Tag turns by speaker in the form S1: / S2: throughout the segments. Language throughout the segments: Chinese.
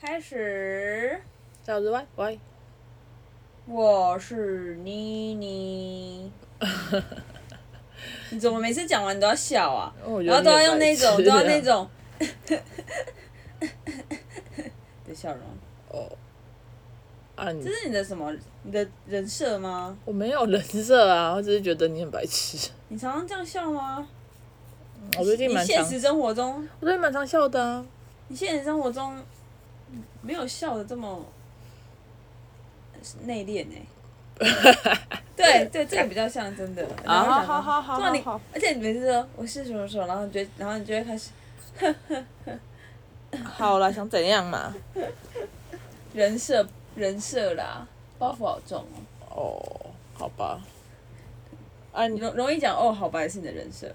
S1: 开始，
S2: 小子歪歪，
S1: 我是妮 妮。你怎么每次讲完你都要笑啊？
S2: 我觉
S1: 然
S2: 得
S1: 后都要用
S2: 你
S1: 那
S2: 哦很白痴
S1: 种，都要那
S2: 啊
S1: 种的笑容。
S2: 哦 啊你
S1: 这是你的什么？你的人设吗？
S2: 我没有人设啊，我只是觉得你很白痴。
S1: 你常常这样笑吗？
S2: 我最近
S1: 你
S2: 蛮
S1: 现
S2: 常，
S1: 实生活中，
S2: 我最近蛮常笑的啊。
S1: 你现实生活中没有笑的这么内敛 呢。对对，这个比较像真的。然后想说对啊你
S2: 哦好，
S1: 而且你每次说我是什么什么，然后你就然后你就会开始
S2: 好了，想怎样嘛？
S1: 人设人设啦，包袱好重哦。
S2: 哦，好吧。啊，
S1: 你
S2: 你
S1: 容容易讲哦，好吧，也是你的人设。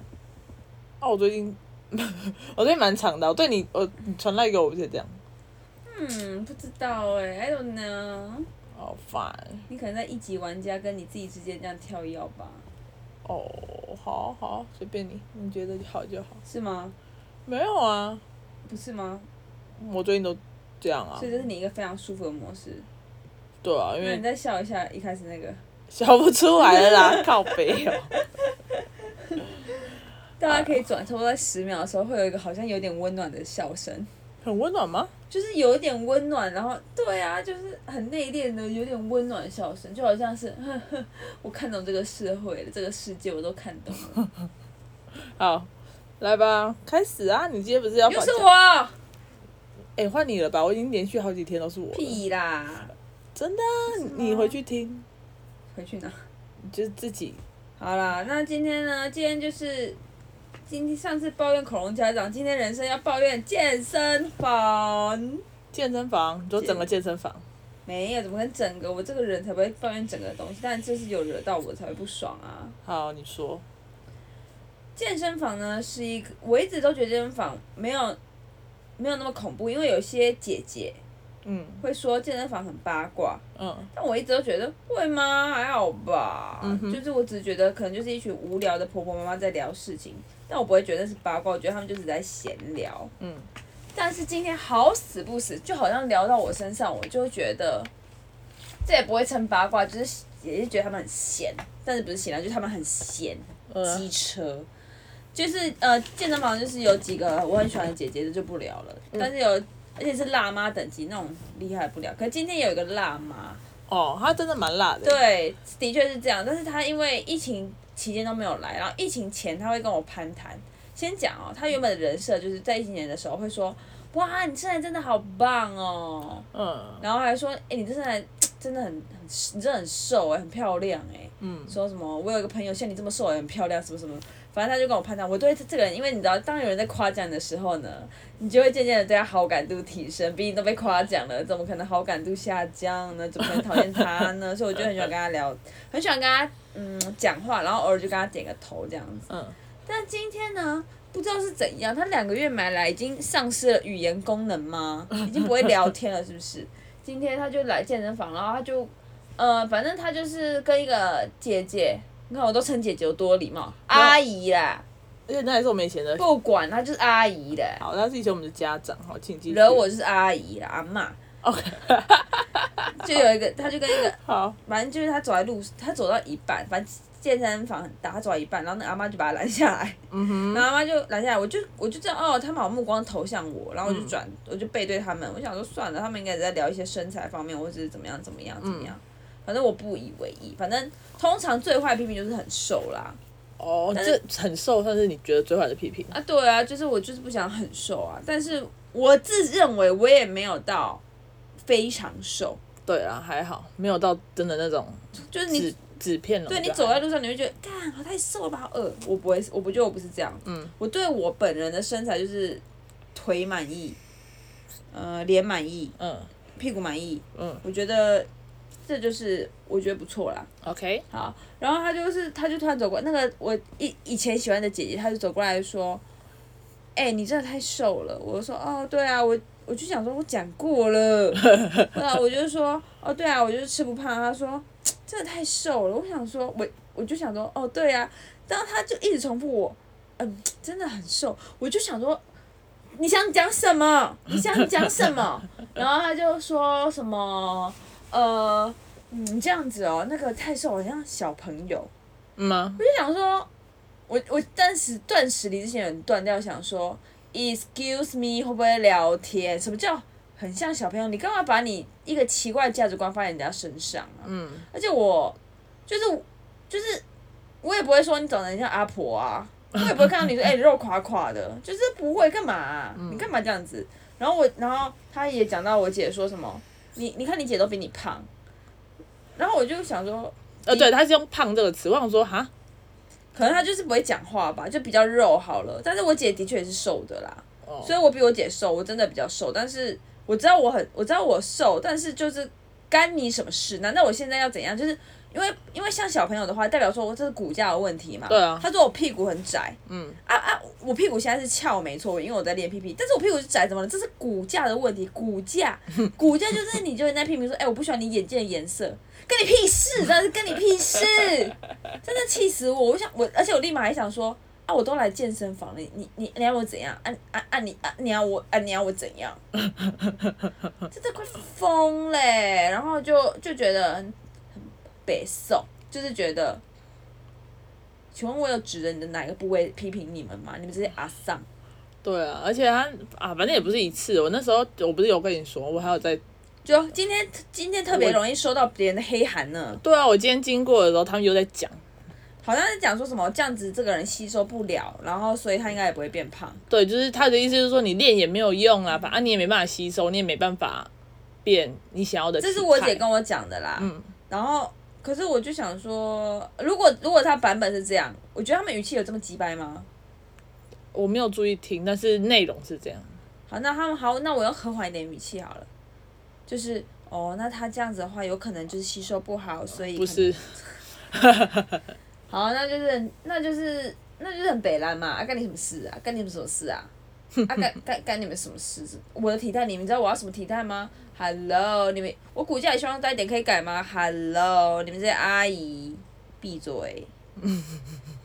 S2: 啊，我最近， 我最近蛮常的。我对你，我你传赖给我，我就这样，
S1: 嗯，不知道哎、i don't know。
S2: 好烦。
S1: 你可能在一级玩家跟你自己之间这样跳跃吧？
S2: 哦，好好，随便你，你觉得好就好。
S1: 是吗？
S2: 没有啊，
S1: 不是吗？
S2: 我最近都这样啊
S1: 所。以这是你一个非常舒服的模式。
S2: 对啊，因
S1: 那你
S2: 为
S1: 再笑一下一开始那个。
S2: 笑不出来了啦，靠北哦。
S1: 大家可以转，差不多在十秒的时候会有一个好像有点温暖的笑声，
S2: 很温暖吗？
S1: 就是有一点温暖，然后对啊，就是很内敛的，有点温暖的笑声，就好像是呵呵，我看懂这个社会了，这个世界我都看懂了。
S2: 好，来吧，开始啊！你今天不是要
S1: 又
S2: 反
S1: 是
S2: 向？
S1: 我，
S2: 哎、换你了吧！我已经连续好几天都是我了。
S1: 屁啦，
S2: 真的啊、你回去听，
S1: 回去拿。
S2: 你就是自己。
S1: 好啦，那今天呢？今天就是今天上次抱怨恐龙家长，今天人生要抱怨健身房。
S2: 健身房，你说整个健身房，
S1: 没有，怎么跟整个我这个人才不会抱怨整个东西，但就是有惹到我才会不爽啊。
S2: 好，你说，
S1: 健身房呢是一个，我一直都觉得健身房没有没有那么恐怖，因为有些姐姐
S2: 嗯
S1: 会说健身房很八卦，
S2: 嗯，
S1: 但我一直都觉得会吗？还好吧，
S2: 嗯哼
S1: 就是我只觉得可能就是一群无聊的婆婆妈妈在聊事情，但我不会觉得是八卦，我觉得他们就只在闲聊。
S2: 嗯，
S1: 但是今天好死不死，就好像聊到我身上，我就觉得这也不会称八卦，就是也是觉得他们很闲，但是不是闲啊聊，就是他们很闲。
S2: 呃
S1: 机，车，就是呃健身房就是有几个我很喜欢的姐姐，这就不聊了。但是有而且是辣妈等级那种厉害不了。可今天有一个辣妈，
S2: 哦，它真的蛮辣的。，
S1: 对，的确是这样。但是她因为疫情期间都没有来，然后疫情前她会跟我攀谈。先讲哦，她原本的人设就是在疫情前的时候会说，哇，你身材真的好棒哦，
S2: 嗯
S1: 然后还说，哎、你这身材真的很很，你真的很瘦哎、很漂亮哎、
S2: 嗯，
S1: 说什么我有一个朋友像你这么瘦也欸很漂亮，什么什么，反正他就跟我攀谈。我对这个人，因为你知道，当有人在夸奖你的时候呢，你就会渐渐的对他好感度提升。毕竟都被夸奖了，怎么可能好感度下降呢？怎么可能讨厌他呢？ 所以我就很喜欢跟他聊，很喜欢跟他嗯讲话，然后偶尔就跟他点个头这样子。
S2: 嗯，
S1: 但今天呢？不知道是怎样，他两个月买来已经丧失了语言功能吗？已经不会聊天了，是不是？今天他就来健身房，然后他就呃，反正他就是跟一个姐姐，你看我都称姐姐有多礼貌，
S2: 没有
S1: 阿姨啦，
S2: 而且那也是我们以前的，
S1: 不管她就是阿姨啦，
S2: 好，那是以前我们的家长，好，请记。
S1: 惹我就是阿姨啦，阿妈。
S2: OK
S1: 就有一个，他就跟一个，
S2: 好，
S1: 反正就是他走在路，他走到一半，反正健身房很大，他走到一半，然后那个阿妈就把他拦下来，
S2: 嗯哼，
S1: 然后阿妈就拦下来，我就我就知道哦，他们好像目光投向我，然后我
S2: 嗯
S1: 就转，我就背对他们，我想说算了，他们应该也在聊一些身材方面，或者是怎么样怎么样怎
S2: 嗯
S1: 么样，反正我不以为意，反正通常最坏的批评就是很瘦啦，
S2: 哦，
S1: 但
S2: 这
S1: 是
S2: 很瘦，算是你觉得最坏的批评。
S1: 啊对啊，就是我就是不想很瘦啊，但是我自认为我也没有到非常瘦，
S2: 对啊，还好，没有到真的那种
S1: 就是你
S2: 纸纸片了。
S1: 对你
S2: 就还
S1: 走在路上，你会觉得，干，好太瘦了吧，好饿。我不会，我不觉得我不是这样。
S2: 嗯，
S1: 我对我本人的身材就是腿满意，呃，脸满意，
S2: 嗯
S1: 屁股满意。
S2: 嗯
S1: 我觉得这就是我觉得不错啦。
S2: ，OK，
S1: 好，然后他就是，他就突然走过那个我以以前喜欢的姐姐，她就走过来说：“哎、你真的太瘦了。”我就说：“哦，对啊，我我就想说，我讲过了。”对啊，我就说：“哦，对啊，我就是吃不胖。”她说：“真的太瘦了。”我想说，我我就想说：“哦，对啊。”然后她就一直重复我：“嗯，真的很瘦。”我就想说。你想讲什么？你想讲什么？然后他就说什么，呃，你这样子哦，那个太瘦，好像小朋友。
S2: 嗯吗
S1: 我？就想说，我我当时顿时理智线很断掉，想说，excuse me，会不会聊天？什么叫很像小朋友？你干嘛把你一个奇怪的价值观放在人家身上啊？
S2: 嗯，
S1: 而且我就是就是，我也不会说你长得很像阿婆啊，我也不会看到你说哎、你肉垮垮的，就是不会干嘛啊、你干嘛这样子？然后我，然后他也讲到我姐说什么，你你看你姐都比你胖，然后我就想说，
S2: 呃，对，他是用“胖”这个词，我想说哈，
S1: 可能她就是不会讲话吧，就比较肉好了。但是我姐的确也是瘦的啦，
S2: 哦
S1: 所以我比我姐瘦，我真的比较瘦。但是我知道我很，我知道我瘦，但是就是干你什么事？难道我现在要怎样？就是因为因为像小朋友的话，代表说我这是骨架有问题嘛。
S2: 对啊
S1: 他说我屁股很窄
S2: 嗯，
S1: 啊啊，我屁股现在是翘没错，因为我在练屁屁，但是我屁股是窄怎么了？这是骨架的问题，骨 架骨架就是你就人家批评说，哎、我不喜欢你眼睛的颜色，跟你屁 事，真的是跟你屁事。 真的气死我！我想我，而且我立马还想说啊，我都来健身房了，你你你你要我怎样？啊啊啊你啊你要我啊你要我怎样？真的快疯嘞！然后就就觉得很很北宋，就是觉得，请问我有指着你的哪一个部位批评你们吗？你们这些阿丧，
S2: 对啊，而且他啊，反正也不是一次，我那时候我不是有跟你说，我还有在，
S1: 就今天今天特别
S2: 我
S1: 容易收到别人的黑函呢，
S2: 对啊，我今天经过的时候，他们又在讲，
S1: 好像是讲说什么这样子这个人吸收不了，然后所以他应该也不会变胖。
S2: 对，就是他的意思就是说你练也没有
S1: 嗯
S2: 用啦，反正你也没办法吸收，你也没办法变你想要的体
S1: 这
S2: 态。
S1: 是我姐跟我讲的啦。
S2: 嗯
S1: 然后可是我就想说，如果如果他版本是这样，我觉得他们语气有这么鸡掰吗？
S2: 我没有注意听，但是内容是这样。
S1: 好，那他们好，那我用和缓一点语气好了，就是哦，那他这样子的话，有可能就是吸收不好，所以
S2: 不
S1: 可能
S2: 是，
S1: 好，那就是那就是那就是很北蓝嘛，啊，干你什么事啊？干你们什么事啊？啊，干干干你们什么事？我的体态，你们知道我要什么体态吗？Hello，你们我骨架也希望大一点，可以改吗？Hello，你们这些阿姨闭嘴。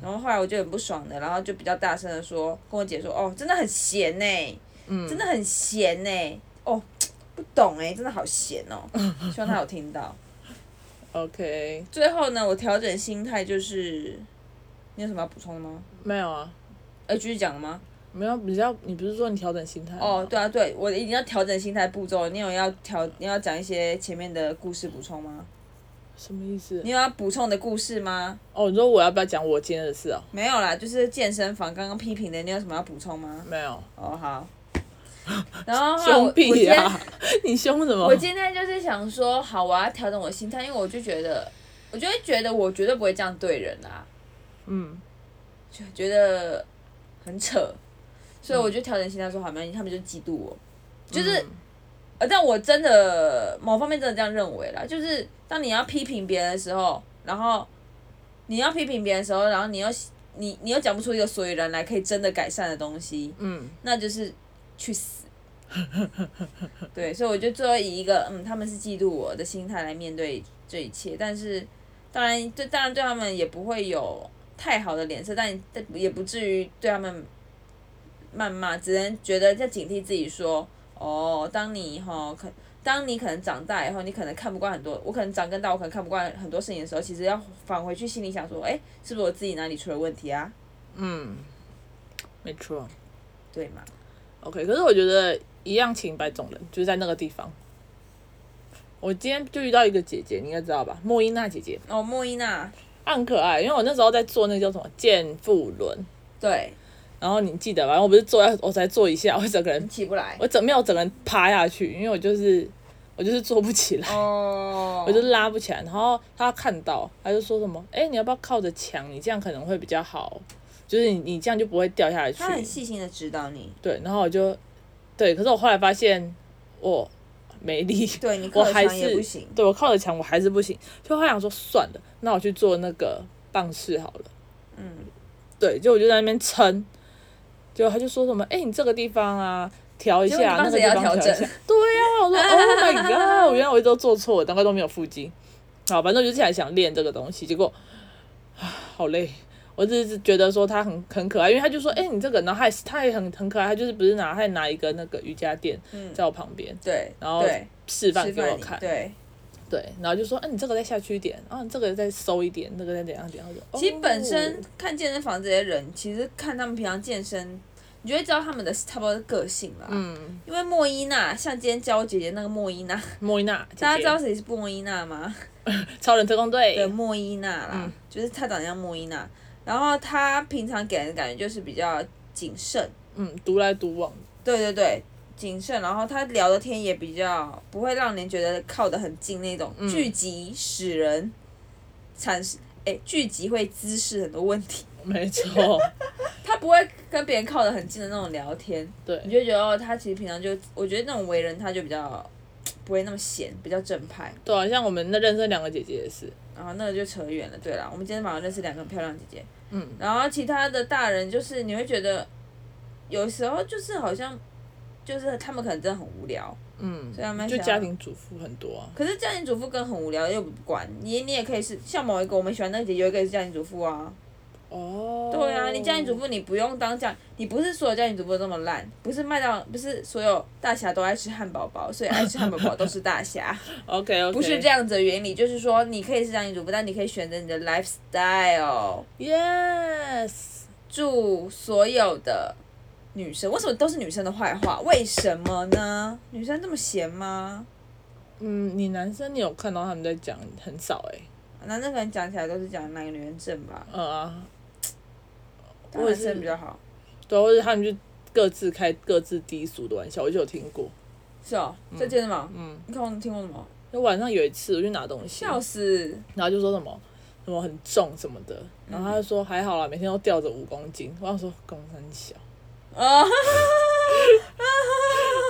S1: 然后后来我就很不爽的，然后就比较大声的说，跟我姐说，哦，真的很闲呢、
S2: 嗯
S1: 真的很闲呢、哦，不懂哎、真的好闲哦、希望她有听到。
S2: ，OK，
S1: 最后呢，我调整心态就是，你有什么要补充的吗？
S2: 没有啊，
S1: 呃，继续讲了吗？
S2: 没有比较，你不是说你调整心态吗
S1: 哦，，对啊，对，我已经要调整心态步骤了。你有要调，你要讲一些前面的故事补充吗？
S2: 什么意思
S1: 你？有要补充的故事吗？
S2: 哦，你说我要不要讲我今天的事哦？
S1: 没有啦，就是健身房刚刚批评的，你有什么要补充吗？
S2: 没有，
S1: 哦，好。然后 后来我
S2: 凶
S1: 我今
S2: 屁
S1: 天
S2: 啊！ 你凶什么
S1: 我？今天就是想说，好，我要调整我心态，因为我就觉得，我就会觉得我绝对不会这样对人啊，
S2: 嗯，
S1: 就觉得很扯，所以我就调整心态说，好，没关系，他们就嫉妒我，就是。
S2: 嗯
S1: 呃，但我真的某方面真的这样认为啦，就是当你要批评别人的时候，然后你要批评别人的时候，然后你又你你又讲不出一个所以然来，可以真的改善的东西，
S2: 嗯，
S1: 那就是去死。 对，所以我就最后以一个嗯，他们是嫉妒我的心态来面对这一切，但是当然对，当然对他们也不会有太好的脸色，但但也不至于对他们谩骂，只能觉得在警惕自己说，哦，当你以后可。当你可能长大以后，你可能看不惯很多，我可能长更大，我可能看不惯很多事情的时候，其实要返回去心里想说，哎、是不是我自己哪里出了问题啊？
S2: 嗯，没错。
S1: 对嘛？
S2: OK，可是我觉得一样情百种人，就是在那个地方。我今天就遇到一个姐姐，你应该知道吧？莫英娜姐姐，
S1: 哦，莫伊娜，
S2: 她很可爱。因为我那时候在做那个叫什么健腹轮，
S1: 对，
S2: 然后你记得吧？我不是坐在，我才坐一下，我整个人
S1: 你，起不来。
S2: 我整没有整个人趴下去，因为我就是我就是坐不起来，
S1: 哦，
S2: 我就是拉不起来。然后她看到，她就说什么：“哎、你要不要靠着墙？你这样可能会比较好，就是你你这样就不会掉下来去。”
S1: 他很细心的指导你，
S2: 对，然后我就对，可是我后来发现我没力，
S1: 对你课
S2: 我还
S1: 堂也
S2: 是
S1: 不行，
S2: 对我靠着墙我还是不行，就后来想说算了，那我去做那个棒式好了。
S1: 嗯，
S2: 对，就我就在那边撑，结果他就说什么，哎、你这个地方啊。调一
S1: 结果
S2: 下，
S1: 你
S2: 那
S1: 棒
S2: 个
S1: 子
S2: 地
S1: 也要
S2: 方调
S1: 调
S2: 一
S1: 整
S2: 下。对呀、我 说 Oh my god！原来我一直都做错，我啊大概都没有腹肌。好，反正我就起来想练这个东西，结果，唉好累。我只是觉得说她很很可爱，因为她就说，哎、你这个，然后她也她也很很可爱，她就是不是拿，她还拿一个那个瑜伽垫在我旁边
S1: 对，
S2: 然
S1: 嗯
S2: 后
S1: 对
S2: 示范
S1: 示
S2: 给
S1: 范
S2: 我
S1: 你
S2: 看，哦
S1: 对，
S2: 对，然后就说，嗯、你这个再下去一点，啊，你这个再收一点，那个再怎样怎样。我就哦
S1: 其实本身看健身房这些人，其实看他们平常健身，你就会知道他们的差不多的个性啦。
S2: 嗯，
S1: 因为莫伊娜，像今天教我姐姐那个莫伊娜，
S2: 莫伊 娜姐姐，
S1: 大家知道谁是莫伊娜吗？
S2: 超人特工队
S1: 对，莫伊娜啦，
S2: 嗯
S1: 就是她长得像莫伊娜，然后她平常给人的感觉就是比较谨慎，
S2: 嗯，独来独往，
S1: 对对对，谨慎，然后她聊的天也比较不会让人觉得靠得很近那
S2: 嗯
S1: 种，聚集使人产生。哎，聚集会滋事很多问题，
S2: 没 错，
S1: 她不会跟别人靠得很近的那种聊天，你
S2: 对
S1: 就会觉得哦，她其实平常就，我觉得那种为人她就比较不会那么闲，比较正派。
S2: 对啊，像我们那认识两个姐姐也是，
S1: 然后那个就扯远了。对啦，我们今天晚上认识两个很漂亮的姐姐，
S2: 嗯，
S1: 然后其他的大人就是你会觉得，有时候就是好像，就是他们可能真的很无聊，
S2: 嗯
S1: 所以他们，
S2: 就
S1: 想
S2: 家庭主妇很多啊，
S1: 可是家庭主妇跟很无聊又不管你，你也可以是像某一个我们喜欢那个姐姐，有一个也是家庭主妇啊。
S2: 哦，
S1: 对啊，你家庭主妇你不用当家，你不是所有家庭主妇都那么烂，不是麦当不是所有大侠都爱吃汉堡包，所以爱吃汉堡包都是大侠。
S2: ，OK OK，
S1: 不是这，样子的原理，就是说你可以是家庭主妇，但你可以选择你的 lifestyle。
S2: Yes，
S1: 祝所有的女生，为什么都是女生的坏话？为什么呢？女生这么闲吗？
S2: 嗯，你男生你有看到他们在讲很少哎、
S1: 男生可能讲起来都是讲哪个女人正吧，
S2: 嗯啊，
S1: 当男生比较好。
S2: 对啊，或者他们就各自开各自低俗的玩笑，我就有听过，
S1: 是哦，在健身房，
S2: 嗯，
S1: 你看我听过什么？
S2: 就晚上有一次我去拿东西，
S1: 笑死！
S2: 然后就说什么什么很重什么的，然后他就说还好啦，每天都吊着五公斤。我想说公三小，
S1: 啊、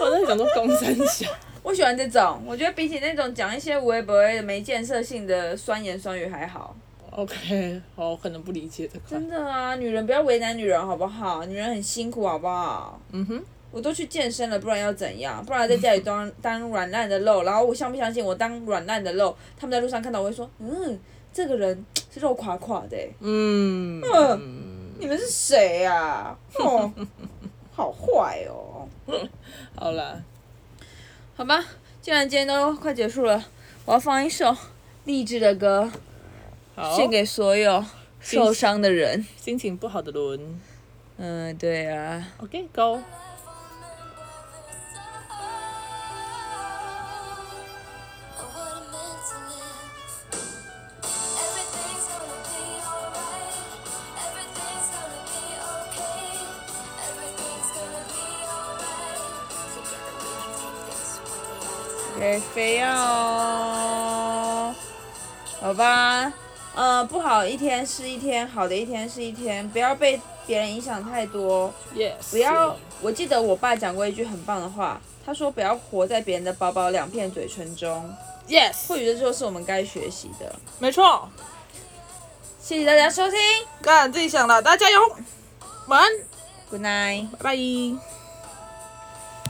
S2: 我在想说公三小，
S1: 我喜欢这种，我觉得比起那种讲一些无微不微的没建设性的酸言酸语还好。
S2: OK，好，我可能不理解这块
S1: 真，的啊，女人不要为难女人好不好？女人很辛苦好不好？
S2: 嗯哼，
S1: 我都去健身了，不然要怎样？不然在家里当 当软烂的肉，然后我相不相信我当软烂的肉？他们在路上看到我会说，嗯，这个人是肉垮垮的欸、
S2: 嗯，
S1: 你们是谁呀、哦，好坏哦。
S2: 好啦，
S1: 好吧，既然今天都快结束了，我要放一首励志的歌，
S2: 好，
S1: 献给所有受伤的人。
S2: 心情不好的伦
S1: 嗯，对啊。
S2: ，OK，Go，、
S1: 给肥药哦，好吧，呃，不好一天是一天，好的一天是一天，不要被别人影响太多，
S2: Yes，
S1: 不要。我记得我爸讲过一句很棒的话，他说不要活在别人的薄薄两片嘴唇中，或
S2: ，Yes，
S1: 许这就是我们该学习的。
S2: 没错，
S1: 谢谢大家收听
S2: 干自己想的，大家加油，晚安，
S1: ，Good night。
S2: 拜拜。